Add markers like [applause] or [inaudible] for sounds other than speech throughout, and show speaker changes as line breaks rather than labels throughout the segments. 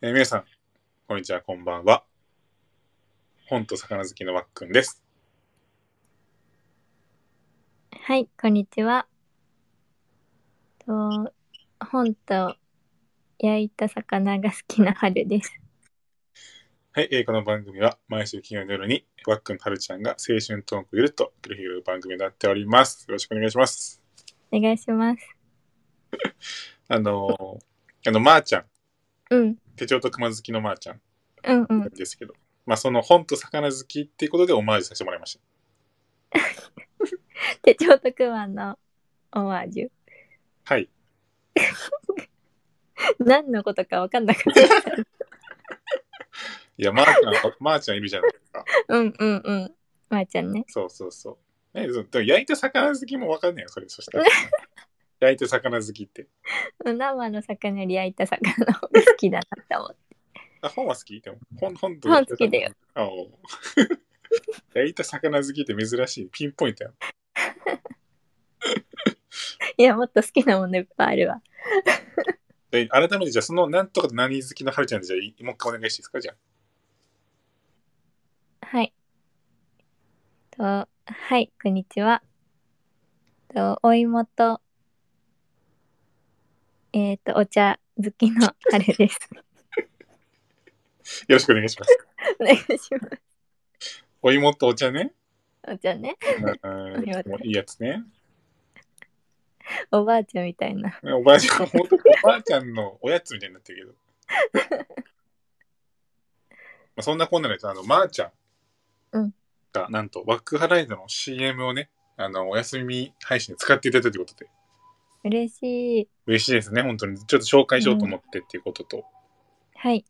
えー皆さん、こんにちは、こんばんは。本と魚好きのわっくんです。
はい、こんにちは。と本と焼いた魚が好きな春です。
はい、えーこの番組は毎週金曜の夜にわっくんとはるちゃんが青春トークをゆるっと繰り広げる番組になっております。よろしくお願いします。
お願いします。
あのーあの、まー、ちゃん、
うん、
手帳と熊好きのまーちゃん
うん、う
なん
ん。
ですけど、まあ、その本と魚好きっていうことでオマージュさせてもらいました。
手帳と熊のオマージュ。
はい。
何のことか分かんなかった。
いや、まー、ちゃん、 [laughs] まー、ちゃんいるじゃないですか。
うん、うん、うん。まー、ちゃんね。
そうそうそう。え、そうでも焼いた魚好きもわかんないよ、それ、そしたら。焼いた魚好きって。
うん生の魚より焼いた魚の方が好きだなって思って。
あ、本は好きでも、本、本と
本好きだよ。
あ [laughs] おう焼いた魚好きって珍しい。ピンポイントやん。
いや、もっと好きなものいっぱいあるわ。
で、改めて、じゃあ、その、なんとか何好きのはるちゃんで、じゃあ、いもう一回お願いしていいですかじゃあ。
はい。と、はい、こんにちは。と、お芋と、えっ、と、お茶好き [laughs] の春です。
よろしくお願いし
[laughs]
ます。
お願いします。
お芋とお茶
[laughs]
ね。
お茶ね。
う
お
ん、
芋
もういいやつね。
おばあちゃんみたいな。
おばあちゃん、本当おばあちゃんの
[laughs]
おやつみたいになってるけど。 [laughs] まあそんなこんなのやつ、あの、まー、ちゃ
うんん
が、なんと、ワックハライドの CM をね、あの、お休み配信で使っていただいたということで。
嬉しい。
嬉しいですね、本当に。ちょっと紹介しようと思ってっていうことと。
はい。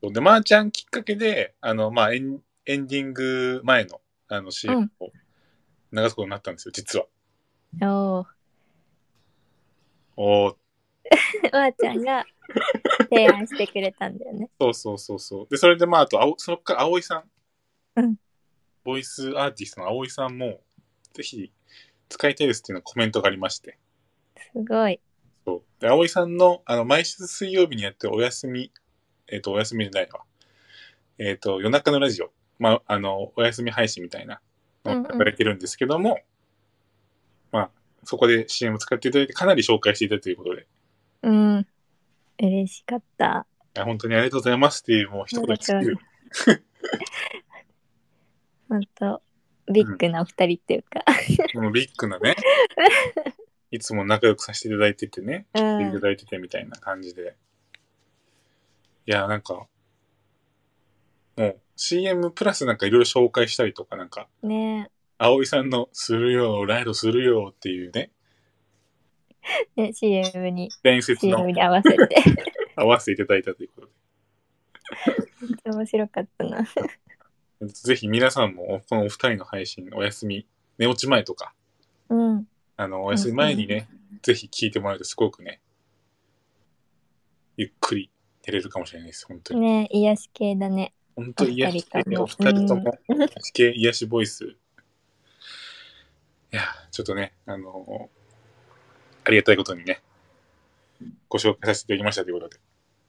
そうで、まー、ちゃんきっかけで、あの、まあエン、エンディング前の、あの、
う
CM
ん
を流すことになったんですよ、実は。
おー。
おー
おばあちゃん [laughs] が提案してくれたんだよね。
そうそうそうそう。で、それで、まあ、あと、あおそこから葵さん。
うん
ボイスアーティストの葵さんも、ぜひ、使いたいですっていうのコメントがありまして。
すごい。
そう。で、葵さんの、あの、毎週水曜日にやってるお休み、えっ、と、お休みじゃないわ。えっ、と、夜中のラジオ。まあ、あの、お休み配信みたいなのをやられてるんですけども、まあ、そこで CM 使っていただいて、かなり紹介していただいたということで、
うん。嬉しかった。
いや本当にありがとうございますっていう、もう一言に尽きる。
[laughs] ほんと、ビッグなお二人っていうか。
もうビッグな [laughs] ね。いつも仲良くさせていただいててね。
う
いた
ん。
だいててみたいな感じで。いや、なんか、もう CM プラスなんかいろいろ紹介したりとか、なんか、
ね
葵さんのするよ、ライドするよっていうね、
え。ね
[laughs]
CM に、
伝説
CM
の
に合わせて。 [laughs]
合わせていただいたということ
面白かったな。
で。ぜひ皆さんも、このお二人の配信、お休み、寝落ち前とか、
うん。
あの、お休み前にね、ぜひ聞いてもらえるとすごくね、ゆっくり寝れるかもしれないです、本当に。
ねえ、癒し系だね。
本当癒し系でお
お
二
二
人
人
と
と
も
も
癒し系癒しボイスいやちょっとねあのーありがたいことにねご紹介させていただきましたということで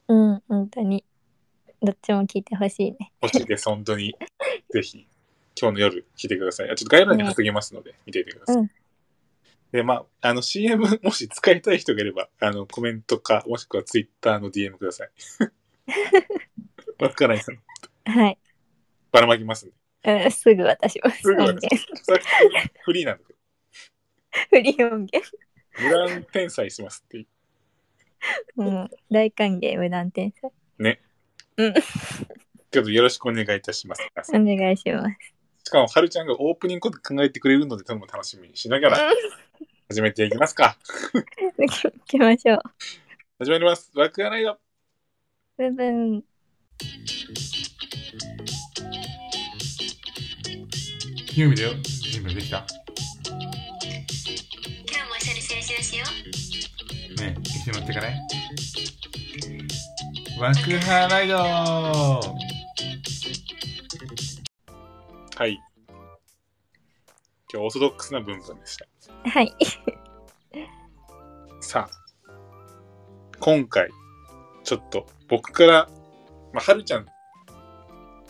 うん、本当に。どっちも聞いてほしいね。
もしです本当にぜひ今日の夜聞いてくださいあちょっと概要欄に
ね
貼っときますので、見ていてください、
うん
でまああの CM もし使いたい人がいればあのコメントかもしくは Twitter の DM くださいわからない
はい。
ばらまきますんで
うん、すぐ渡します。
すぐ渡し
音
ます
源。
それフリーなんで
フリー音源。
無断転載しますっていう
うん。大歓迎、無断転載。
けどよろしくお願いいたします。
お願いします。
しかも、はるちゃんがオープニングこと考えてくれるので、多分楽しみにしながら始めていきますか。
[laughs] 行きましょう。
始まります。ワクワライド。
ブンブン。
ユーミだよ。準備できた。
今日も一緒に青春しよう
ねえ、一緒に乗ってかね。ワクハライドはい。今日オーソドックスな文文でした。
はい。
さあ、今回、ちょっと僕からまあ、はるちゃん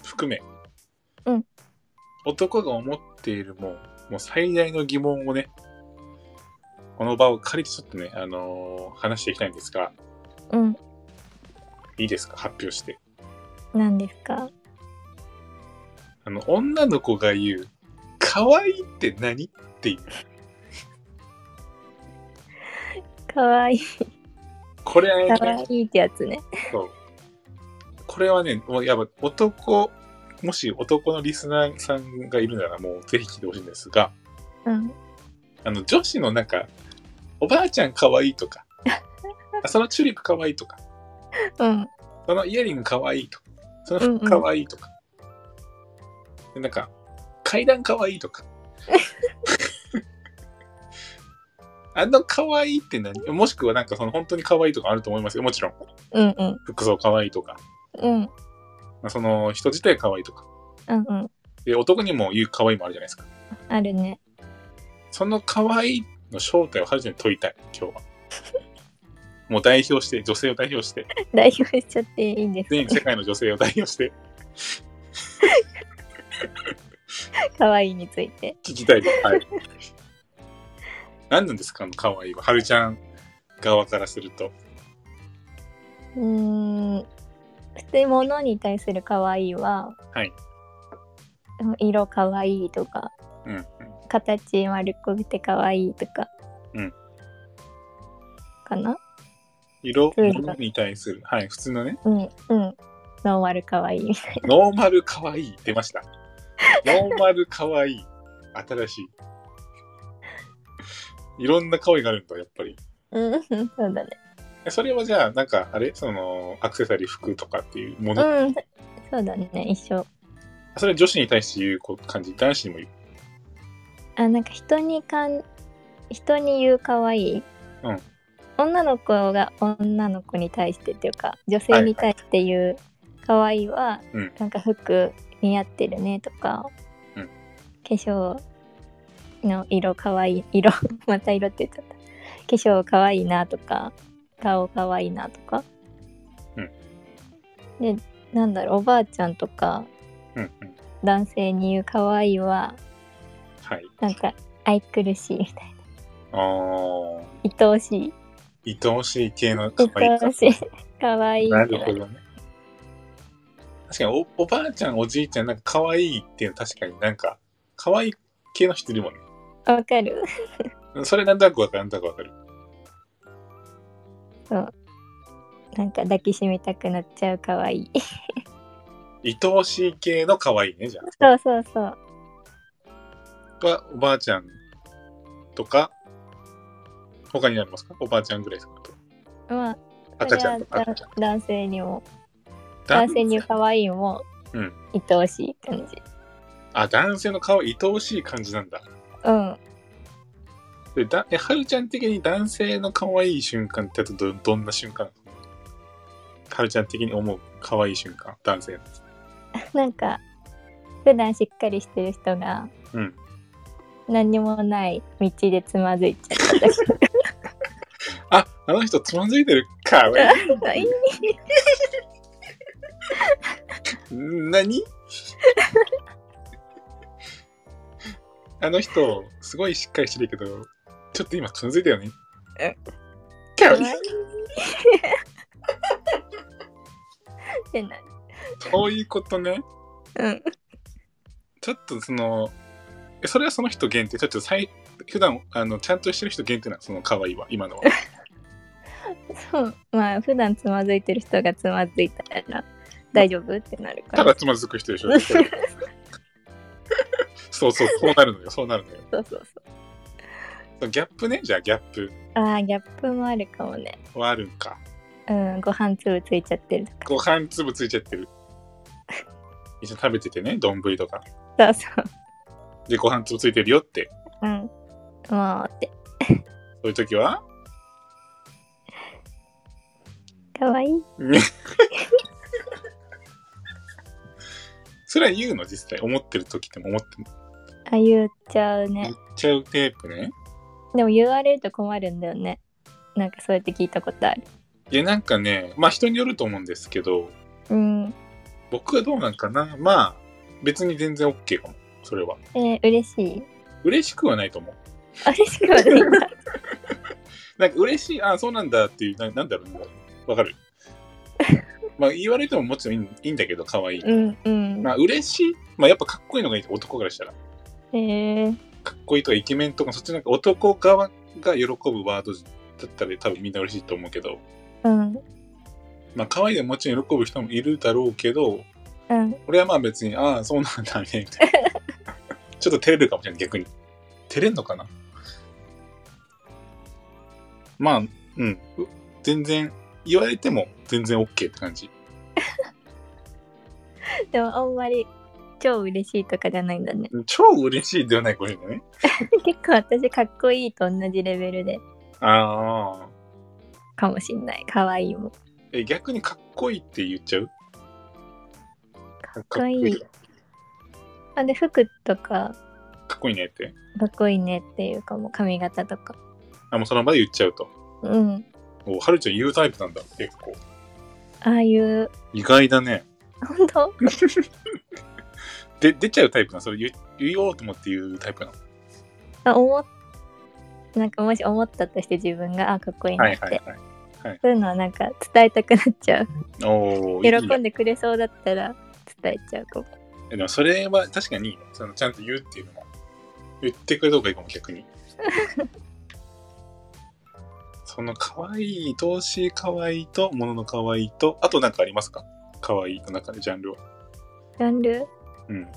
含め、
うん
男が思っているもうもう最大の疑問をね、この場を借りてちょっとね、あのー話していきたいんですが、
うん。
いいですか発表して。
何ですか
あの、女の子が言う、可愛いって何っていう。
かわいい。
これはね、
かわいいってやつね。
そう。これはね、もうやっぱ男、もし男のリスナーさんがいるならもうぜひ聞いてほしいんですが、
うん。
あの女子のなんか、おばあちゃん可愛いと
[laughs]
か、あそのチューリップ可愛いとか、
うん。
そのイヤリング可愛いとか、その服可愛いとか、でなんか、階段可愛いと
[laughs]
か。あの可愛いって何もしくはなんかその本当に可愛いとかあると思いますよ。もちろん。
うんうん。
服装可愛いとか、
うん。
まあその人自体可愛いとか。
うんうん。
で、男にも言う可愛いもあるじゃないですか。
あるね。
その可愛いの正体をはるちゃんに問いたい、今日
[laughs]
は。もう代表して、女性を代表して、
代表しちゃっていいんですか
全世界の女性を代表して
かわいいについて。
聞きたいです。はい。何なんですか、あの可愛いは。はるちゃん側からすると。
うーん。普通に物に対するかわいいは、
はい。
色かわいいとか、
うんうん。
形丸くてかわいいとか。
うん。
かな
色、
うん
物に対する、はい、普通のね、
うん。うん。ノーマルかわいい。
ノーマル可愛い出ました。ノーマル可愛い新しい。いろんな可愛いがあるんだ、やっぱり。
うん。 [laughs] そうだね。
えそれはじゃあ、なんか、あれその、アクセサリー、服とかっていうもの、
うん。そうだね。一緒。
それ女子に対して言うこ感じ、男子にも言う。
あなんか人にかん人に言う可愛い、
うん
女の子が女の子に対してっていうか女性に対して言う可愛いは、
うん
なんか服似合ってるねとか、
うん
化粧の色可愛い色 [laughs] また色って言っちゃった化粧可愛いなとか顔可愛いなとか、でなんだろうおばあちゃんとか
うんうん。
男性に言う可愛いは
はい。
なんか愛くるしいみたいな。
あー、
愛おしい。
愛おしい系の可愛い
愛おしい。かわいい。
なるほどね。確かにお、おばあちゃん、おじいちゃん、なんか可愛いっていうの確かになんか、可愛い系の人いるもんね。
わかる
それなんとなくわかる、なんとなくわかる。
なんか抱きしめたくなっちゃうかわいい。
愛おしい系の可愛いね、じゃ
そうそうそう。
あ。は、おばあちゃんとか、他になりますかおばあちゃんぐらいですかと
まあ、
赤ちゃんとか
それは
赤ちゃん。
男性にも、男性にかわいいも、
うん
愛おしい感じ。
あ、男性の顔、愛おしい感じなんだ。
うん。
で、だえ、はるちゃん的に男性の可愛い瞬間ってどどんな瞬間はるちゃん的に思う可愛い瞬間、男性の。
なんか、普段しっかりしてる人が、
うん。
何にもない道でつまずいちゃった時と
あ、あの人つまずいてる。かわ [laughs] い
か可愛い。
い。ん何 [laughs] あの人、すごいしっかりしてるけど、ちょっと今つまずいたよね。
え
かわいい
可愛い [laughs] ってなる。
そういうことね。
うん。
ちょっとその、えそれはその人限定。ちょっと最、普段、あの、ちゃんとしてる人限定なの、その可愛いは、今のは。
そう [laughs] まあ普段つまずいてる人がつまずいたら大丈夫ってなるか
ただ
ら
つまずく人でしょ。そうそう、そうなるのよ、そうなるのよ。
そうそうそ
そのギャップね、じゃあギャップ
うあーギャップもあるかもね
はあるんか。
うんご飯粒ついちゃってると
ご飯粒ついちゃってる。一緒に食べててね、丼とか。
かそうそう
で、ご飯粒ついてるよって、
うんもうって
そういう時は [laughs]
かわいい
それは言うの、実際。思ってる時でも思っても。
あ言っちゃう
言
ね
っちゃうテープね。
でも言われると困るんだよねなんかそうやって聞いたことある
いや、なんかね、まあ人によると思うんですけど、
うん。
僕はどうなんかなまあ、別に全然 OK かも。それは。
えー、嬉しい。 [laughs]
嬉しくはないと思う。
あ嬉しくはない
[laughs]
んだ。
なんか嬉しい、あそうなんだっていう、ななんだろうねわ
[laughs]
かるまあ言われてももちろんいいいいんだけど、可愛い。
うんうん。
まあ嬉しい、まあやっぱかっこいいのがいい男からしたら。
えー、
かっこいいとかイケメンとか、そっちなんか男側が喜ぶワードだったら多分みんな嬉しいと思うけど、
うん
まあ可愛いでももちろん喜ぶ人もいるだろうけど、
うん。
俺はまあ別に、ああ、そうなんだね、みたいな。
[laughs]
ちょっと照れるかもしれない、逆に。照れんのかなまあ、うん。う全然、言われても全然 OK って感じ。
でもあんまり超嬉しいとかじゃないんだね。 [laughs]
超嬉しいではない、これね。
結構私かっこいいと同じレベルで
ああ。
かもしんない。可愛いも。
え、逆にかっこいいって言っちゃう
かっこいい。あで服とか
かっこいいねって。
かっこいいねっていうかもう髪型とか。
あ、もうその場で言っちゃうと。
うん。
おはるちゃん言うタイプなんだ、結構。
ああいう
意外だね。
本当 [laughs]
で、出ちゃうタイプなのそれ言言おうと思って言うタイプなの
あ思っなんかもし思ったとして自分があかっこいいなっ
は
て、
いはいはい。
そういうのはなんか伝えたくなっちゃう
おーいいね
喜んでくれそうだったら伝えちゃうかも
えでもそれは確かにそのちゃんと言うっていうのも言ってくれた方がいいかも逆
[laughs]
にその可愛い愛おしい可愛いとものの可愛いとあと何かありますか可愛いの中でジャンルは
ジャンル
うん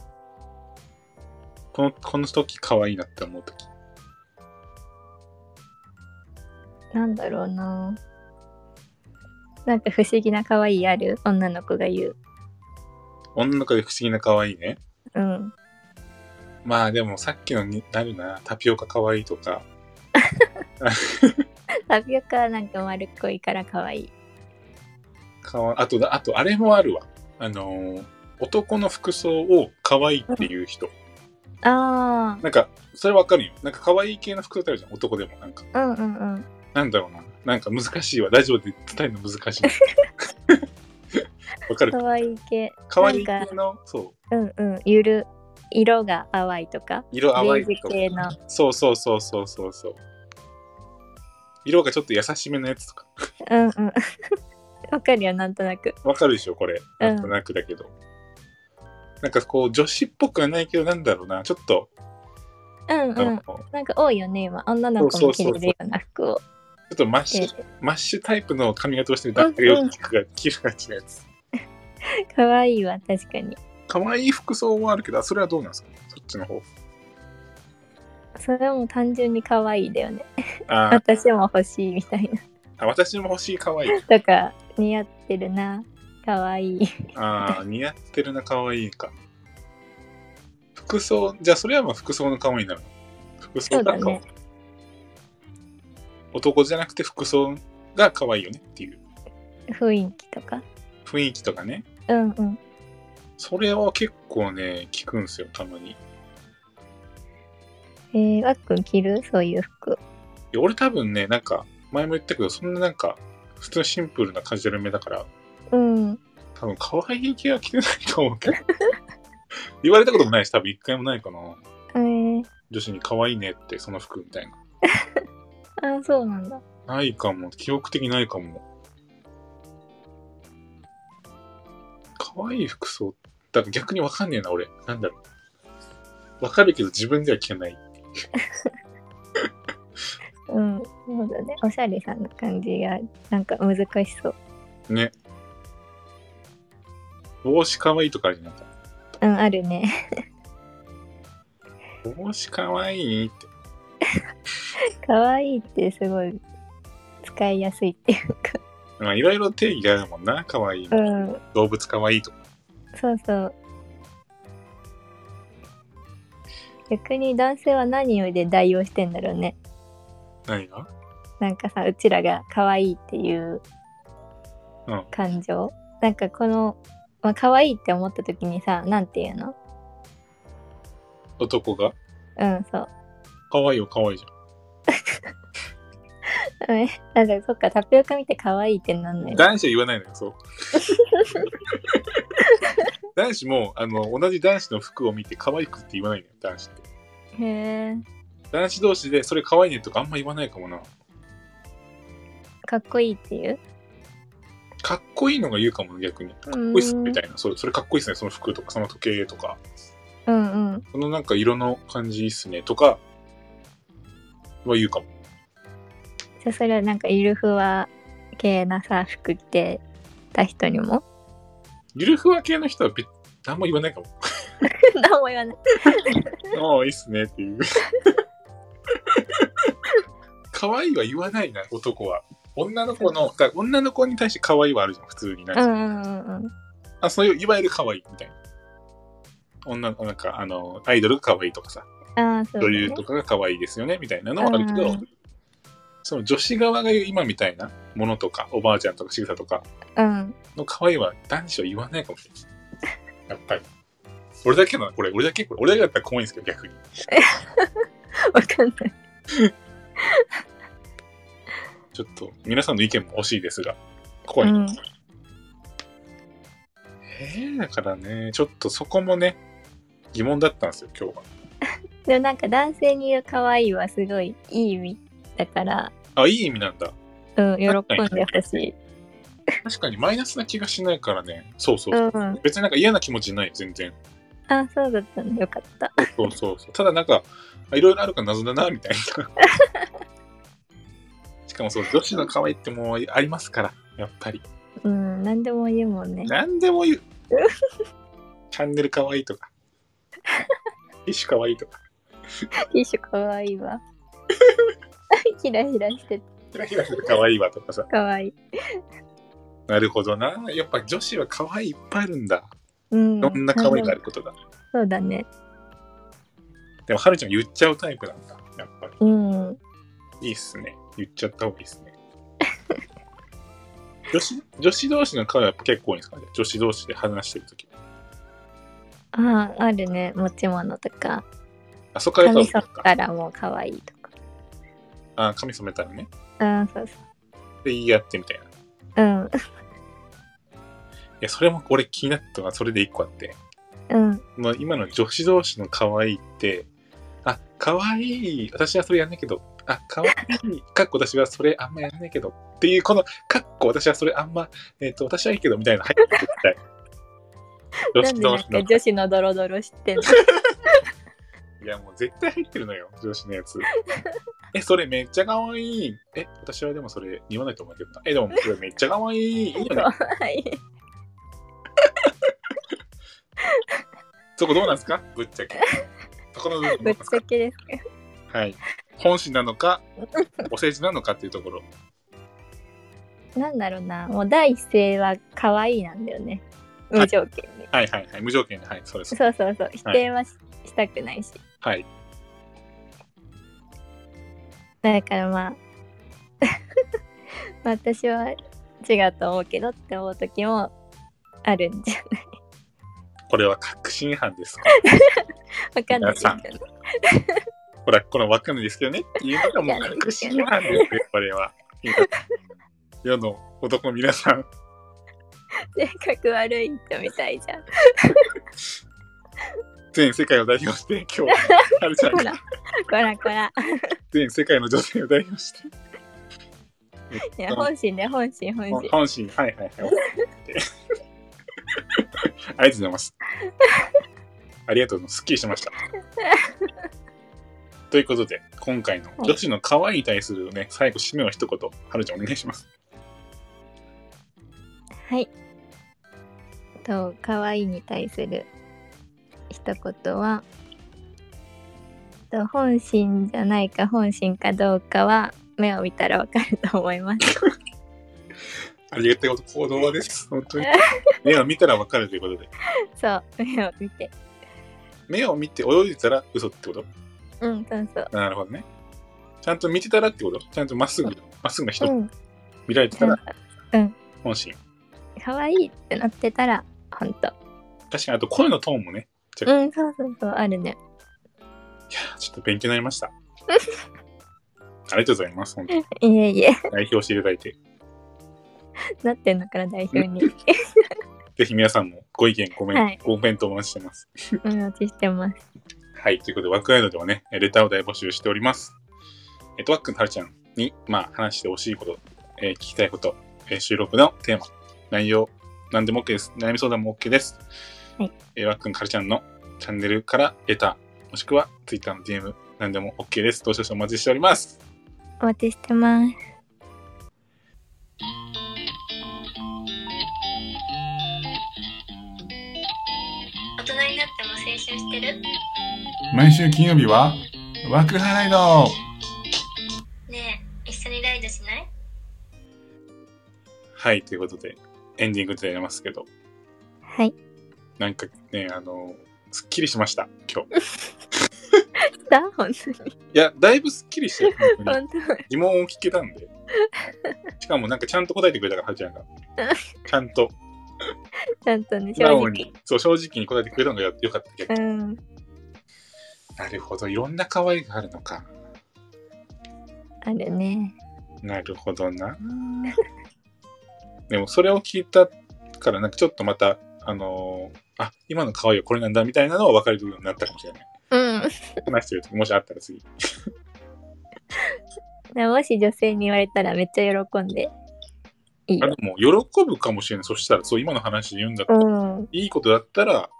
このこの時可愛いなって思う時
なんだろうななんか不思議な可愛いある女の子が言う
女の子で不思議な可愛いね
うん
まあでもさっきのになるなタピオカ可愛いとか
タピオカはなんか丸っこいから可愛い
かわあとだあとあれもあるわあのー男の服装を可愛いっていう人
あ
なんか、それわかるよ。なんか、可愛い系の服ってあるじゃん、男でも。なんか、
あうんうんうん
なんだろうな。なんか難しいわ。ラジオで伝えるの難
[laughs]
しい。わかる
可愛い系
可愛い
なん
系
か
の、そう、
うんうんゆる色が淡いとか
色淡い
ベージ
と
ュ系の
そうそうそうそうそうそう。色がちょっと優しめのやつとか。
うんうん [laughs] わかるよなんとなく
わかるでしょ、これ。
うん
なんとなくだけど。なんかこう、女子っぽくはないけど、なんだろうな。ちょっと、
う
あ
ん
の
うん
ちょ
なんか多いよね今女の子も着れるような服を
っとマッシ
着
ュ
て、る
マッシュタイプの髪型をしてる男性がよく着る着る感じのやつ。
可愛いわ確かに
可愛い服装もあるけど、それはどうなんですかそっちの方。
それも単純に可愛いだよね
あー
私も欲しいみたいな
あ、私も欲しい、可愛い。
とか似合ってるな可愛い
ああ、似合ってるな、可愛いか。服装、じゃあそれはまあ服装の可愛いなの。服装が
そうだね
男じゃなくて服装が可愛いよねっていう
雰囲気とか
雰囲気とかね。
うんうん
それは結構ね、聞くんですよ、たまに。い
えー、わっくん着るそういう服
や俺多分ね、なんか、前も言ったけど、そんななんか、普通シンプルなカジュアルめだから、
うん
多分可愛い系は着てないと思うけど。 [laughs] 言われたこともないし、多分一回もないかな。
えー、
女子に可愛いねって、その服みたいな。
あそうなんだ
ないかも。記憶的にないかも。可愛い服装。だから逆にわかんねえな、俺。なんだろう。わかるけど自分では着ない。
うんそうだねおしゃれさんの感じがなんか難しそう
ね。帽子可愛いとかあるじゃんなんか。
うんあるね
帽子可愛いって。
[laughs] 可愛いってすごい使いやすいっていうか
まあ、いろいろ定義があるもんな、可愛いの。
うん
動物可愛いとか。
そうそう。逆に男性は何をで代用してんだろうね。
何が
なんかさ、うちらが可愛いっていう
うん
感情。なんかこの、まあ、可愛いって思った時にさ、なんていうの
男が
うん、そう。 [laughs]
可愛いよ、可愛いじ
えなんかそっか、タピオカ見て可愛いってなん
ゃ
の
ん。
よ。
男子は言わないのよ、そう。 [laughs] 男子も、あの、同じ男子の服を見て可愛くって言わないのよ、男子って。
へえ
男子同士で、それ可愛いねとかあんま言わないかもな。
かっこいいっていう
かっこいいのが言うかもな、逆に。かっこいいっすみたいな。それ、それかっこいいっすね、その服とか、その時計とか。
うんうん
そのなんか色の感じいいっすねとか、は言うかも。
じゃあそれはなんかゆるふわ系なさ服着てた人にも
ゆるふわ系の人はべ、何も言わないかも。
[laughs] 何も言わない
ああ、いいっすねって
[laughs]
いう。可愛いは言わないな、男は。女の子の、だ女の子に対して可愛いはあるじゃん、普通に。なん
う
か
んうんうんうん
あ、そういう、いわゆる可愛いみたいな。女の、なんか、あの、アイドルが可愛いとかさ、
ああそうだ
女
ね
優とかが可愛いですよね、みたいなのはあるけど、
うん
その女子側が言う今みたいなものとか、おばあちゃんとか仕草とか
うん
の可愛いは男子は言わないかもしれない。やっぱり。俺だけなのこれ、俺だけこれ、俺だけだったら怖いんですけど、逆に。
わかんない
ちょっと、皆さんの意見も欲しいですが、怖い。
うん
えーだからね、ちょっとそこもね、疑問だったんですよ、今日は。
でもなんか男性に言う可愛いはすごいいい意味だから
あ、いい意味なんだ。
うん喜んでほしい
確かにマイナスな気がしないからね。そうそう
う
そう。
んうん
別になんか嫌な気持ちない、全然。
あそうだったのよかった
そうそうそう。ただなんか、あいろいろあるから謎だな、み
[laughs]
たいな。しかもそう、女子の可愛いってもうありますから、やっぱり。
うん何でも言うもんね
何でも
[laughs]
言う。チャンネル可愛いとか。 [laughs] ティッシュ可愛いとか。
ティッシュかわいいわ [laughs] ひらひらしてて
ひらひらして可愛いわとかさ。
かわいい
なるほどな。やっぱ女子は可愛いいっぱいあるんだ。
うん
いろんな可愛いがあることだ。
そうだね
でも、はるちゃん言っちゃうタイプなんだ。やっぱり。
うん
いいっすね。言っちゃった方がいいっ
[laughs]
すね。女子女子同士の会話やっぱ結構多いんですかね女子同士で話してるとき。
あああるね持ち物とか
あそこから
髪
そう
染
か
め。たらもう可愛いとか
あ髪染めたらね。
うんそうそ
で、言い合ってみたいな。いう
うん
や、それも俺気になったのがそれで一個あって。
うん
まあ、今の女子同士の可愛いって、あ、可愛い。私はそれやんないけど、あ、可愛
[laughs]
い。かっこ私はそれあんまやらないけど。っていう、この、かっこ私はそれあんま、えっ、と、私はいいけど、みたいな入ってきたい。
[laughs]
女
な
子
んでな
同
ん
士
か
の。
女子のドロドロしてんの
[laughs] いや、もう絶対入ってるのよ、女子のや
[laughs]
つ。え、それめっちゃ可愛い。え、私はでもそれ言わないと思うけどな。え、でもそれめっちゃ可愛い。いいよ
[laughs]
ね。
可愛い
そこどうなんですかぶっちゃ
[laughs]
け。そこの部分どう
ぶ
なん
っ
です
ち
か
ゃけですか
はい。本心なのか、お世辞なのかっていうところ。
なんだろうなもう第一声は可愛いなんだよね無条件に、
はいはいはい。無条件で、はい、そうです。
そうそうそう否定はし,、たくないし
はい。
だからまあ [laughs] まあ私は違うと思うけどって思う時もあるんじゃ
これは確信犯です。
わかんないですけど
ほら、このわかんないですけどねっていうのがもう確信犯ですよ、これは。世の男の皆さん、
性格悪い人みたいじゃん
全世界を代表して、今日、はるちゃん
ほ
が
らこらこら
全世界の女性を代表して。
いや本心ね本心本心
本心、はい [laughs] はいはい。ありがとうございます。ありがとうございます。すっきりしました。ということで、今回の女子の可愛いに対するね、最後、締めを一言、はるちゃんお願いします。
はいと可愛いに対する一言はと本心じゃないか本心かどうかは目を見たらわかると思います [laughs]
ありがたい行動です。本当に。 [laughs] 目を見たらわかるということで。
そう目を見て
目を見て泳いでたら嘘ってこと
うんそうそう
なるほどね。ちゃんと見てたらってことちゃんとまっすぐ、まっすぐな人
うん
見られてたら
うん、
本心。
可愛いってなってたら本当
確かに、あと声のトーンもね、
うんそうそうそうあるね
いやーちょっと勉強になりま
[laughs]
した。ありがとうございます。本当に
いえいえ [laughs]
代表していただいて。
なってんのから代表 [laughs] に。
ぜひ皆さんもご意見、コメント、
はい
ごコメントお待ちしてます。
お待ちしてます。
はい、ということで、ワークガイドではね、えレターを大募集しております。えっと、ワックンとはるちゃんに、まあ、話してほしいこと、えー聞きたいこと、えー収録のテーマ、内容、何でも OK です。悩み相談も OK です。
はい
えーワックンとはるちゃんのチャンネルからレター、もしくは Twitter の DM、何でも OK です。どうしどしお待ちしております。
お待ちしてます。
大人になっても青春してる
毎週金曜日は、ワークハイライド
ねえ一緒にライドしない
はい、ということで、エンディングでなりますけど、
はい。
なんかね、あの、すっきりしました、今日。
だ本当に。
いや、だいぶすっきりしてる、本当に
本当
疑問を聞けたんで。しかも、なんかちゃんと答えてくれたから、はるちゃんが。ちゃんと、
ちゃんとね、正
素直
直
に。、そう、正直に答えてくれたのがよよかったけど、
うん。
なるほど、いろんな可愛いがあるのか。
あるね。
なるほどな。でも、それを聞いたから、なんかちょっとまた、あのーあ、今の可愛いはこれなんだ、みたいなのは分かるようになったかもしれない。
うん。
話してる時もしあったら次。
もし女性に言われたらめっちゃ喜んで。いい
あ
よ。
でも喜ぶかもしれない。そしたら、そう、今の話で言うんだったら、
うん。
いいことだったら、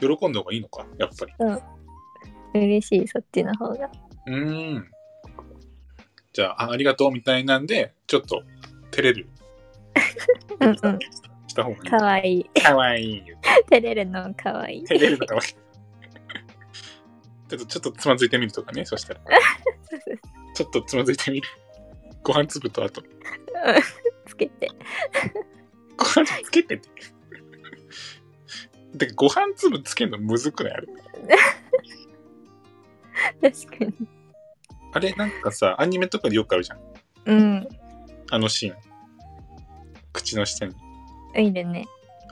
喜んだ方がいいのか、やっぱり。
嬉しい、そっちの方が。
うーん。じゃあ、あありがとうみたいなんで、ちょっと、照れる。
うんうん。
した方がい
かわいい。
い。かわいい。
照れるのかわいい。
照れるのかわいい。ちょっと、ちょっとつまずいてみるとかね、そしたら。ちょっとつまずいてみる。ご飯粒とあと、
つけて。
ご飯粒つけてって。でご飯粒つけるのむずくないあれ
確かに。
あれなんかさアニメとかでよくあるじゃん
うん。
あのシーン。口の下に。
いいね。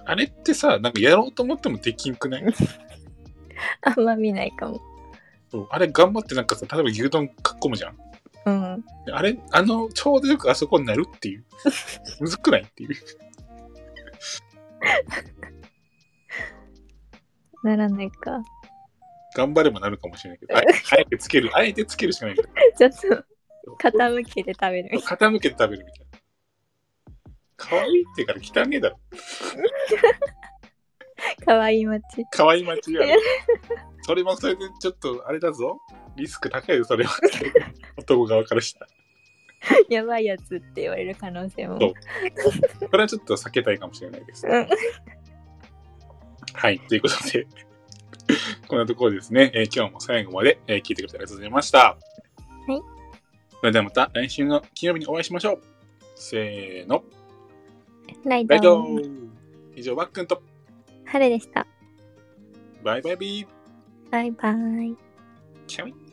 あれってさ、なんかやろうと思ってもできんくない
あんま見ないかも。
そうあれ頑張ってなんかさ、例えば牛丼かっこむじゃん。
うん。
であれ、あの、ちょうどよくあそこになるっていう。むずくないっていう。
ならないか。 [laughs]
頑張ればなるかもしれないけど、あえあえてつける、あえてつけるしかないじゃ
ちょっと、傾けて食べるみ [laughs]
ん。傾けて食べるみたいな。可愛いって言うから汚ねえだろ。
たいな。かわいい街。 [laughs]
可愛い町やろ。それもそれでちょっとあれだぞ。リスク高いよ、それは。男側からしたら。
やばいやつって言われる可能性も。
そうこれはちょっと避けたいかもしれないです。
うん [laughs]
はい、ということで、 [laughs] こんなところですね、えー今日も最後まで、えー聞いてくれてありがとうございました。
はい。
それではまた来週の金曜日にお会いしましょう。せーの、
ライ
バイ
ド
ド。以上、ワックンと、
春でした。
バイバイビー。
バイバイ。
キャミ